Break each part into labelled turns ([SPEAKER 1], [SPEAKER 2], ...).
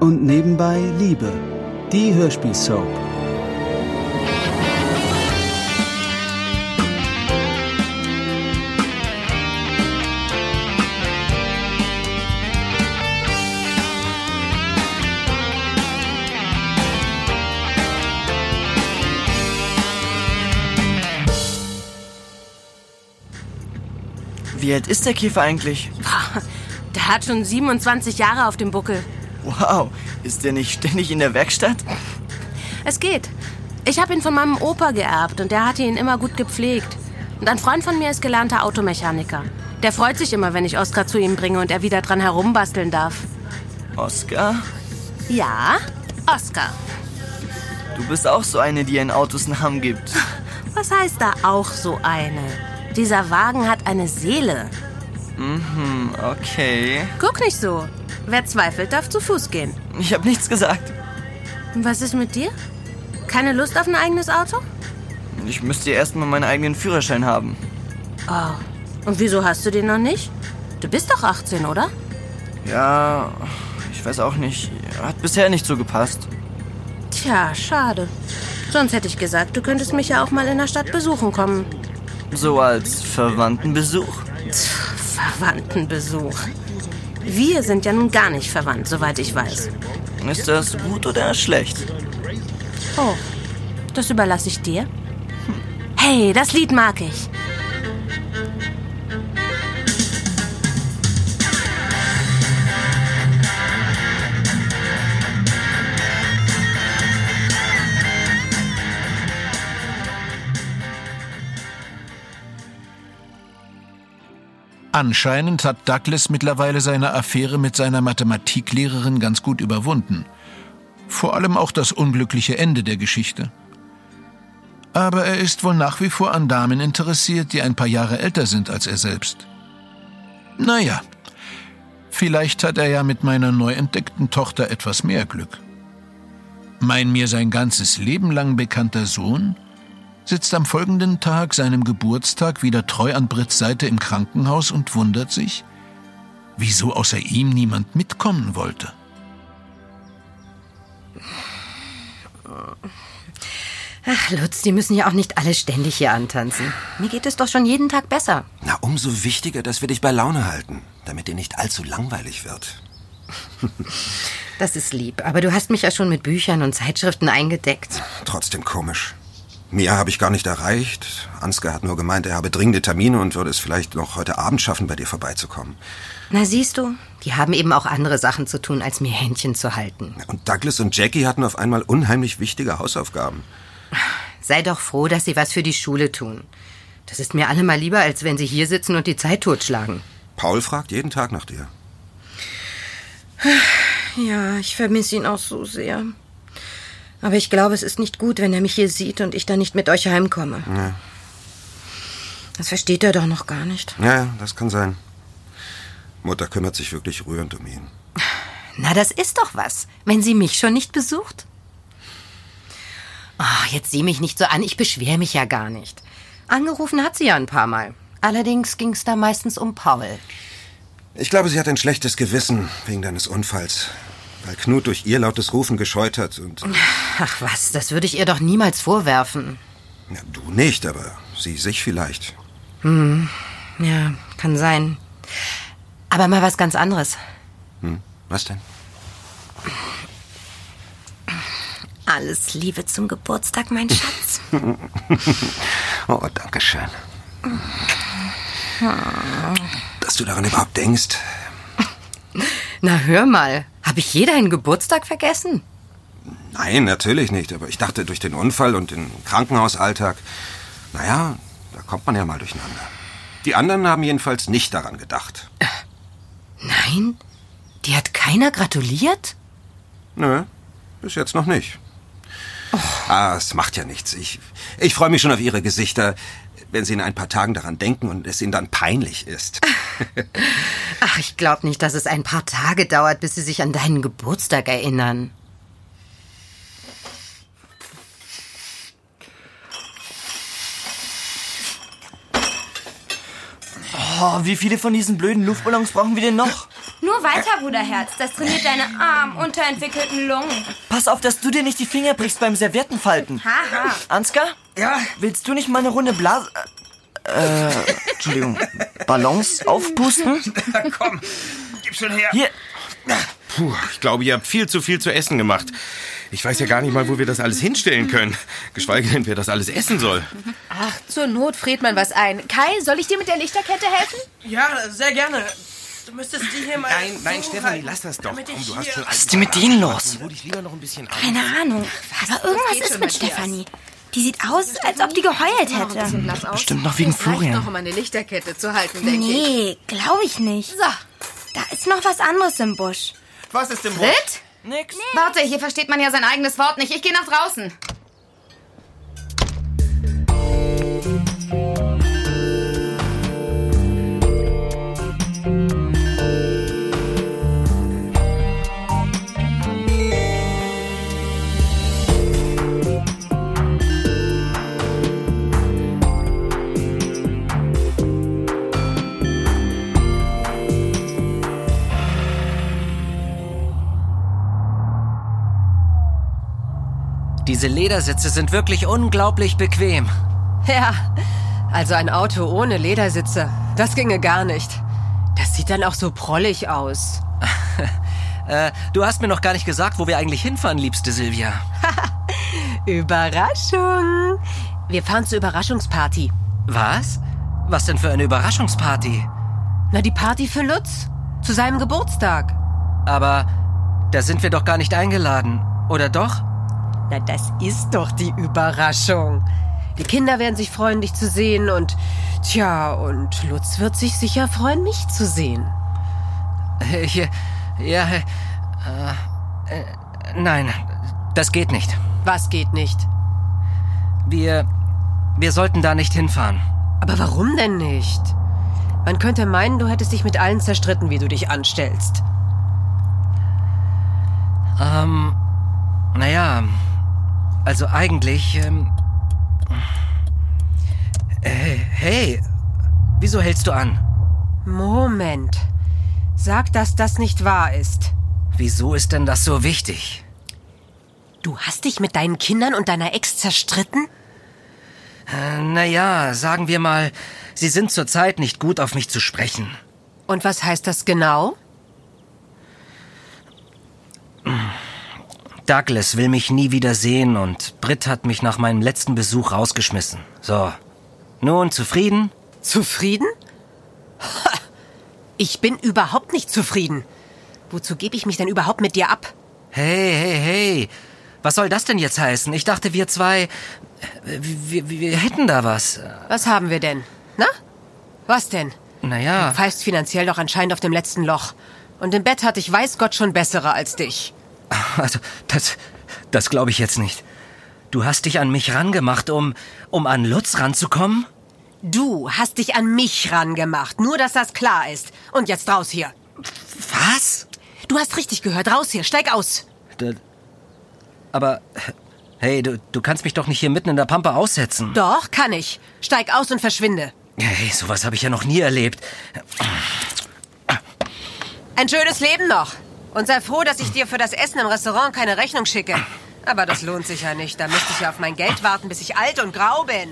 [SPEAKER 1] und nebenbei Liebe, die Hörspielsoap.
[SPEAKER 2] Wie alt ist der Käfer eigentlich?
[SPEAKER 3] Der hat schon 27 Jahre auf dem Buckel.
[SPEAKER 2] Wow, ist der nicht ständig in der Werkstatt?
[SPEAKER 3] Es geht. Ich habe ihn von meinem Opa geerbt und der hatte ihn immer gut gepflegt. Und ein Freund von mir ist gelernter Automechaniker. Der freut sich immer, wenn ich Oskar zu ihm bringe und er wieder dran herumbasteln darf.
[SPEAKER 2] Oskar,
[SPEAKER 3] Ja, Oskar.
[SPEAKER 2] du bist auch so eine, die ihren Autos Namen gibt.
[SPEAKER 3] Was heißt da auch so eine? Dieser Wagen hat eine Seele.
[SPEAKER 2] Hm, okay.
[SPEAKER 3] Guck nicht so. Wer zweifelt, darf zu Fuß gehen.
[SPEAKER 2] Ich habe nichts gesagt.
[SPEAKER 3] Was ist mit dir? Keine Lust auf ein eigenes Auto?
[SPEAKER 2] Ich müsste ja erstmal meinen eigenen Führerschein haben.
[SPEAKER 3] Oh, und wieso hast du den noch nicht? Du bist doch 18, oder?
[SPEAKER 2] Ja, ich weiß auch nicht. Hat bisher nicht so gepasst.
[SPEAKER 3] Tja, schade. Sonst hätte ich gesagt, du könntest mich ja auch mal in der Stadt besuchen kommen.
[SPEAKER 2] So als Verwandtenbesuch.
[SPEAKER 3] Verwandtenbesuch. Wir sind ja nun gar nicht verwandt, soweit ich weiß.
[SPEAKER 2] Ist das gut oder schlecht?
[SPEAKER 3] Oh, das überlasse ich dir. Hey, das Lied mag ich.
[SPEAKER 4] Anscheinend hat Douglas mittlerweile seine Affäre mit seiner Mathematiklehrerin ganz gut überwunden. Vor allem auch das unglückliche Ende der Geschichte. Aber er ist wohl nach wie vor an Damen interessiert, die ein paar Jahre älter sind als er selbst. Naja, vielleicht hat er ja mit meiner neu entdeckten Tochter etwas mehr Glück. Mein mir sein ganzes Leben lang bekannter Sohn sitzt am folgenden Tag, seinem Geburtstag, wieder treu an Britts Seite im Krankenhaus und wundert sich, wieso außer ihm niemand mitkommen wollte.
[SPEAKER 5] Ach, Lutz, die müssen ja auch nicht alle ständig hier antanzen. Mir geht es doch schon jeden Tag besser.
[SPEAKER 6] Na, umso wichtiger, dass wir dich bei Laune halten, damit dir nicht allzu langweilig wird.
[SPEAKER 5] Das ist lieb, aber du hast mich ja schon mit Büchern und Zeitschriften eingedeckt.
[SPEAKER 6] Trotzdem komisch. Mia habe ich gar nicht erreicht. Ansgar hat nur gemeint, er habe dringende Termine und würde es vielleicht noch heute Abend schaffen, bei dir vorbeizukommen.
[SPEAKER 5] Na siehst du, die haben eben auch andere Sachen zu tun, als mir Händchen zu halten.
[SPEAKER 6] Und Douglas und Jackie hatten auf einmal unheimlich wichtige Hausaufgaben.
[SPEAKER 5] Sei doch froh, dass sie was für die Schule tun. Das ist mir allemal lieber, als wenn sie hier sitzen und die Zeit totschlagen.
[SPEAKER 6] Paul fragt jeden Tag nach dir.
[SPEAKER 5] Ja, ich vermisse ihn auch so sehr. Aber ich glaube, es ist nicht gut, wenn er mich hier sieht und ich dann nicht mit euch heimkomme. Das versteht er doch noch gar nicht.
[SPEAKER 6] Ja, ja, das kann sein. Mutter kümmert sich wirklich rührend um ihn.
[SPEAKER 5] Na, das ist doch was, wenn sie mich schon nicht besucht. Ach, jetzt sieh mich nicht so an, ich beschwer mich ja gar nicht. Angerufen hat sie ja ein paar Mal. Allerdings ging es da meistens um Paul.
[SPEAKER 6] Ich glaube, sie hat ein schlechtes Gewissen wegen deines Unfalls, weil Knut durch ihr lautes Rufen gescheut hat und
[SPEAKER 5] Ach was, das würde ich ihr doch niemals vorwerfen.
[SPEAKER 6] na, du nicht, aber sie sich vielleicht.
[SPEAKER 5] Ja, kann sein. Aber mal was ganz anderes.
[SPEAKER 6] Hm? Was denn?
[SPEAKER 5] Alles Liebe zum Geburtstag, mein Schatz.
[SPEAKER 6] Oh, danke schön. Dass du daran überhaupt denkst.
[SPEAKER 5] Na hör mal, habe ich je deinen Geburtstag vergessen?
[SPEAKER 6] Nein, natürlich nicht, aber ich dachte durch den Unfall und den Krankenhausalltag, naja, da kommt man ja mal durcheinander. Die anderen haben jedenfalls nicht daran gedacht.
[SPEAKER 5] Nein? Die hat keiner gratuliert?
[SPEAKER 6] Nö, bis jetzt noch nicht. Ah, es macht ja nichts. Ich, ich freue mich schon auf Ihre Gesichter, wenn Sie in ein paar Tagen daran denken und es Ihnen dann peinlich ist.
[SPEAKER 5] Ach, ich glaube nicht, dass es ein paar Tage dauert, bis sie sich an deinen Geburtstag erinnern.
[SPEAKER 2] Oh, wie viele von diesen blöden Luftballons brauchen wir denn noch?
[SPEAKER 7] Nur weiter, Bruderherz. Das trainiert deine arm unterentwickelten Lungen.
[SPEAKER 8] Pass auf, dass du dir nicht die Finger brichst beim Serviettenfalten.
[SPEAKER 7] Haha.
[SPEAKER 8] Ansgar?
[SPEAKER 2] Ja?
[SPEAKER 8] Willst du nicht mal eine Runde Blase... Äh, Entschuldigung. Ballons aufpusten?
[SPEAKER 2] Na komm, gib schon her.
[SPEAKER 8] Hier,
[SPEAKER 9] Puh, ich glaube, ihr habt viel zu viel zu essen gemacht. Ich weiß ja gar nicht mal, wo wir das alles hinstellen können. Geschweige denn, wer das alles essen soll.
[SPEAKER 10] Zur Not friert man was ein. Kai, soll ich dir mit der Lichterkette helfen?
[SPEAKER 11] Ja, sehr gerne. Du müsstest die hier mal.
[SPEAKER 9] Nein, nein,
[SPEAKER 11] so
[SPEAKER 9] Stefanie,
[SPEAKER 11] halten,
[SPEAKER 9] lass das doch.
[SPEAKER 11] damit
[SPEAKER 9] Komm,
[SPEAKER 11] ich
[SPEAKER 9] du hast
[SPEAKER 11] hier-
[SPEAKER 9] schon
[SPEAKER 8] was ist denn mit denen los?
[SPEAKER 9] Ruh dich lieber noch ein bisschen an.
[SPEAKER 7] Keine Ahnung. Aber irgendwas
[SPEAKER 10] geht
[SPEAKER 7] ist
[SPEAKER 10] schon,
[SPEAKER 7] mit
[SPEAKER 10] Matthias.
[SPEAKER 7] Stefanie. Die sieht aus, als ob die geheult
[SPEAKER 10] Noch ein
[SPEAKER 7] hätte.
[SPEAKER 10] bisschen blass aus.
[SPEAKER 8] Bestimmt noch wegen
[SPEAKER 10] Es reicht
[SPEAKER 8] Florian.
[SPEAKER 10] noch, um eine Lichterkette zu halten, denke ich.
[SPEAKER 7] Nee, glaube ich nicht.
[SPEAKER 10] So,
[SPEAKER 7] Da ist noch was anderes im Busch.
[SPEAKER 9] Was ist im Wort?
[SPEAKER 10] Brit?
[SPEAKER 8] Nix.
[SPEAKER 10] Warte, hier versteht man ja sein eigenes Wort nicht. Ich gehe nach draußen.
[SPEAKER 12] Diese Ledersitze sind wirklich unglaublich bequem.
[SPEAKER 11] Ja, also ein Auto ohne Ledersitze. Das ginge gar nicht. Das sieht dann auch so prollig aus.
[SPEAKER 12] Äh, du hast mir noch gar nicht gesagt, wo wir eigentlich hinfahren, liebste Silvia.
[SPEAKER 11] Überraschung. Wir fahren zur Überraschungsparty.
[SPEAKER 12] Was? Was denn für eine Überraschungsparty?
[SPEAKER 11] Na, die Party für Lutz. Zu seinem Geburtstag.
[SPEAKER 12] Aber da sind wir doch gar nicht eingeladen, oder doch?
[SPEAKER 11] Na, das ist doch die Überraschung. Die Kinder werden sich freuen, dich zu sehen und... Tja, und Lutz wird sich sicher freuen, mich zu sehen.
[SPEAKER 12] Äh, Hier, ja, äh, äh, nein, das geht nicht.
[SPEAKER 11] Was geht nicht?
[SPEAKER 12] Wir, wir sollten da nicht hinfahren.
[SPEAKER 11] Aber warum denn nicht? Man könnte meinen, du hättest dich mit allen zerstritten, wie du dich anstellst.
[SPEAKER 12] Ähm, naja, also eigentlich, ähm, äh, hey, wieso hältst du an?
[SPEAKER 11] Moment. Sag, dass das nicht wahr ist.
[SPEAKER 12] Wieso ist denn das so wichtig?
[SPEAKER 11] Du hast dich mit deinen Kindern und deiner Ex zerstritten?
[SPEAKER 12] Naja, Äh, sagen wir mal, sie sind zurzeit nicht gut auf mich zu sprechen.
[SPEAKER 11] Und was heißt das genau?
[SPEAKER 12] Douglas will mich nie wieder sehen und Britt hat mich nach meinem letzten Besuch rausgeschmissen. So. Nun, zufrieden?
[SPEAKER 11] Zufrieden? Ha, Ich bin überhaupt nicht zufrieden. Wozu gebe ich mich denn überhaupt mit dir ab?
[SPEAKER 12] Hey, hey, hey. Was soll das denn jetzt heißen? Ich dachte, wir zwei. äh, Wir, wir, wir hätten da was.
[SPEAKER 11] Was haben wir denn? Na? Was denn?
[SPEAKER 12] Naja.
[SPEAKER 11] Du pfeifst finanziell doch anscheinend auf dem letzten Loch. Und im Bett hatte ich weiß Gott schon bessere als dich.
[SPEAKER 12] Also, das, das glaube ich jetzt nicht. Du hast dich an mich rangemacht, um, um an Lutz ranzukommen?
[SPEAKER 11] Du hast dich an mich rangemacht, nur dass das klar ist. Und jetzt raus hier.
[SPEAKER 12] Was?
[SPEAKER 11] Du hast richtig gehört, raus hier, steig aus.
[SPEAKER 12] Da- Aber, hey, du, du kannst mich doch nicht hier mitten in der Pampa aussetzen.
[SPEAKER 11] Doch, kann ich. Steig aus und verschwinde.
[SPEAKER 12] Hey, sowas habe ich ja noch nie erlebt.
[SPEAKER 11] Ein schönes Leben noch. Und sei froh, dass ich dir für das Essen im Restaurant keine Rechnung schicke. Aber das lohnt sich ja nicht. Da müsste ich ja auf mein Geld warten, bis ich alt und grau bin.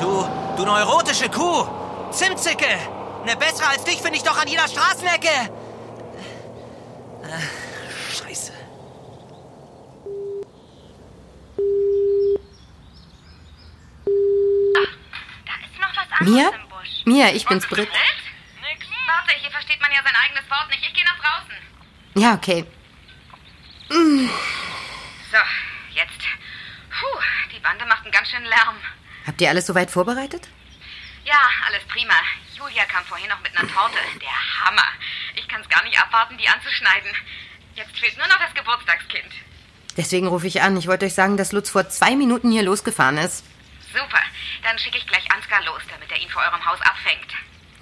[SPEAKER 12] Du, du neurotische Kuh! Zimtzicke! Eine bessere als dich finde ich doch an jeder Straßenecke! Äh, Scheiße.
[SPEAKER 5] Mia? Mia, ich bin's, Britt.
[SPEAKER 10] warte, hier versteht man ja sein eigenes Wort nicht. Ich gehe nach draußen.
[SPEAKER 5] Ja, okay.
[SPEAKER 10] So, jetzt. Puh, die Bande macht einen ganz schönen Lärm.
[SPEAKER 5] Habt ihr alles soweit vorbereitet?
[SPEAKER 10] Ja, alles prima. Julia kam vorhin noch mit einer Torte. Der Hammer. Ich kann's gar nicht abwarten, die anzuschneiden. Jetzt fehlt nur noch das Geburtstagskind.
[SPEAKER 5] Deswegen rufe ich an. Ich wollte euch sagen, dass Lutz vor zwei Minuten hier losgefahren ist.
[SPEAKER 10] Super. Dann schicke ich gleich Ansgar los, damit er ihn vor eurem Haus abfängt.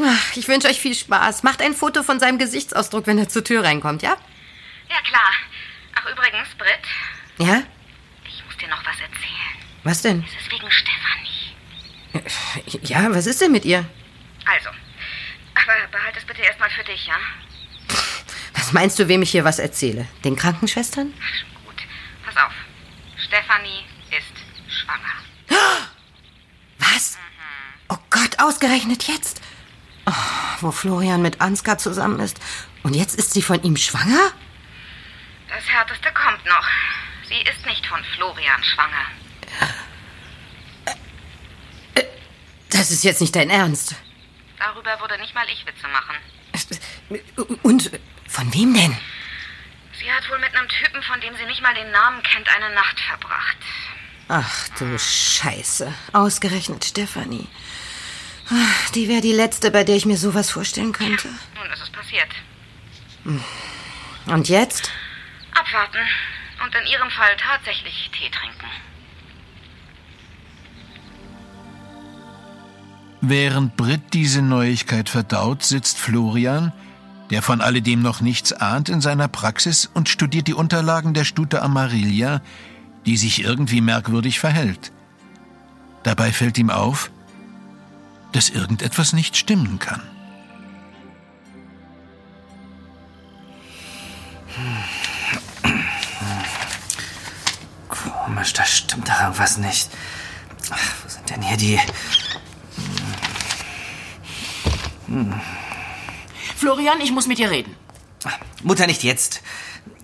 [SPEAKER 5] Ach, ich wünsche euch viel Spaß. Macht ein Foto von seinem Gesichtsausdruck, wenn er zur Tür reinkommt, ja?
[SPEAKER 10] Ja, klar. Ach, Ach, übrigens, Britt,
[SPEAKER 5] Ja?
[SPEAKER 10] ich muss dir noch was erzählen.
[SPEAKER 5] Was denn?
[SPEAKER 10] Es ist wegen Stefanie.
[SPEAKER 5] Ja, was ist denn mit ihr?
[SPEAKER 10] Also, aber behalte es bitte erstmal für dich, ja?
[SPEAKER 5] Was meinst du, wem ich hier was erzähle? Den Krankenschwestern?
[SPEAKER 10] Pass auf. Stefanie ist schwanger.
[SPEAKER 5] Was? Oh Gott, ausgerechnet jetzt. Oh, wo Florian mit Ansgar zusammen ist. Und jetzt ist sie von ihm schwanger?
[SPEAKER 10] Das Härteste kommt noch. Sie ist nicht von Florian schwanger.
[SPEAKER 5] Das ist jetzt nicht dein Ernst.
[SPEAKER 10] Darüber würde nicht mal ich Witze machen.
[SPEAKER 5] Und von wem denn?
[SPEAKER 10] Sie hat wohl mit einem Typen, von dem sie nicht mal den Namen kennt, eine Nacht verbracht.
[SPEAKER 5] Ach du Scheiße. Ausgerechnet Stefanie. Ah, Die wäre die letzte, bei der ich mir sowas vorstellen könnte.
[SPEAKER 10] Nun ist es passiert.
[SPEAKER 5] Und jetzt?
[SPEAKER 10] Abwarten. Und in ihrem Fall tatsächlich Tee trinken.
[SPEAKER 4] Während Britt diese Neuigkeit verdaut, sitzt Florian, der von alledem noch nichts ahnt, in seiner Praxis und studiert die Unterlagen der Stute Amarilla, die sich irgendwie merkwürdig verhält. Dabei fällt ihm auf, dass irgendetwas nicht stimmen kann.
[SPEAKER 8] Komisch, da stimmt doch irgendwas nicht. Ach, wo sind denn hier die... Hm. Hm.
[SPEAKER 13] Florian, ich muss mit dir reden.
[SPEAKER 8] Mutter, nicht jetzt.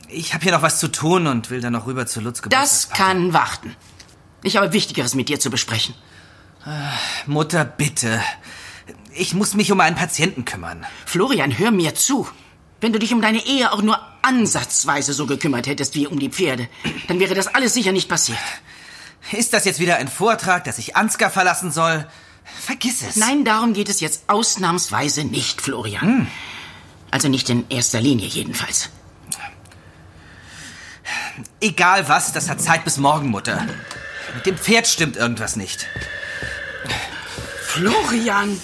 [SPEAKER 8] Ich habe hier noch was zu tun und will dann noch rüber zu Lutz
[SPEAKER 13] Das kann warten. Ich habe Wichtigeres mit dir zu besprechen.
[SPEAKER 8] Mutter, bitte. Ich muss mich um einen Patienten kümmern.
[SPEAKER 13] Florian, hör mir zu. Wenn du dich um deine Ehe auch nur ansatzweise so gekümmert hättest wie um die Pferde, dann wäre das alles sicher nicht passiert.
[SPEAKER 8] Ist das jetzt wieder ein Vortrag, dass ich Ansgar verlassen soll? Vergiss es.
[SPEAKER 13] Nein, darum geht es jetzt ausnahmsweise nicht, Florian.
[SPEAKER 8] Hm.
[SPEAKER 13] Also nicht in erster Linie jedenfalls.
[SPEAKER 8] Egal was, das hat Zeit bis morgen, Mutter. Mit dem Pferd stimmt irgendwas nicht.
[SPEAKER 13] Florian!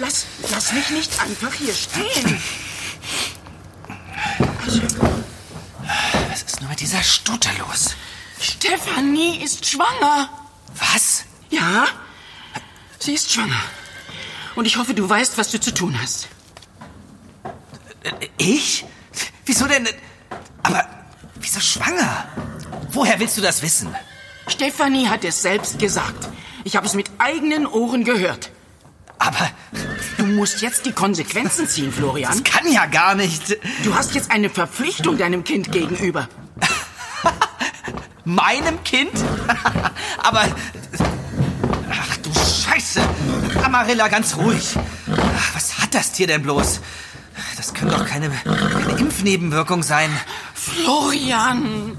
[SPEAKER 13] Lass, lass mich nicht einfach hier stehen.
[SPEAKER 8] Was ist nur mit dieser Stute los?
[SPEAKER 13] Stefanie ist schwanger.
[SPEAKER 8] Was?
[SPEAKER 13] Ja, sie ist schwanger. Und ich hoffe, du weißt, was du zu tun hast.
[SPEAKER 8] Ich? Wieso denn? Aber wieso schwanger? Woher willst du das wissen?
[SPEAKER 13] Stefanie hat es selbst gesagt. Ich habe es mit eigenen Ohren gehört.
[SPEAKER 8] Aber
[SPEAKER 13] du musst jetzt die Konsequenzen ziehen, Florian. Das
[SPEAKER 8] kann ja gar nicht.
[SPEAKER 13] Du hast jetzt eine Verpflichtung deinem Kind gegenüber.
[SPEAKER 8] Meinem Kind? Aber. Ach du Scheiße! Amarilla, ganz ruhig. Ach, Was hat das Tier denn bloß? Das können doch keine, keine Impfnebenwirkung sein.
[SPEAKER 13] Florian!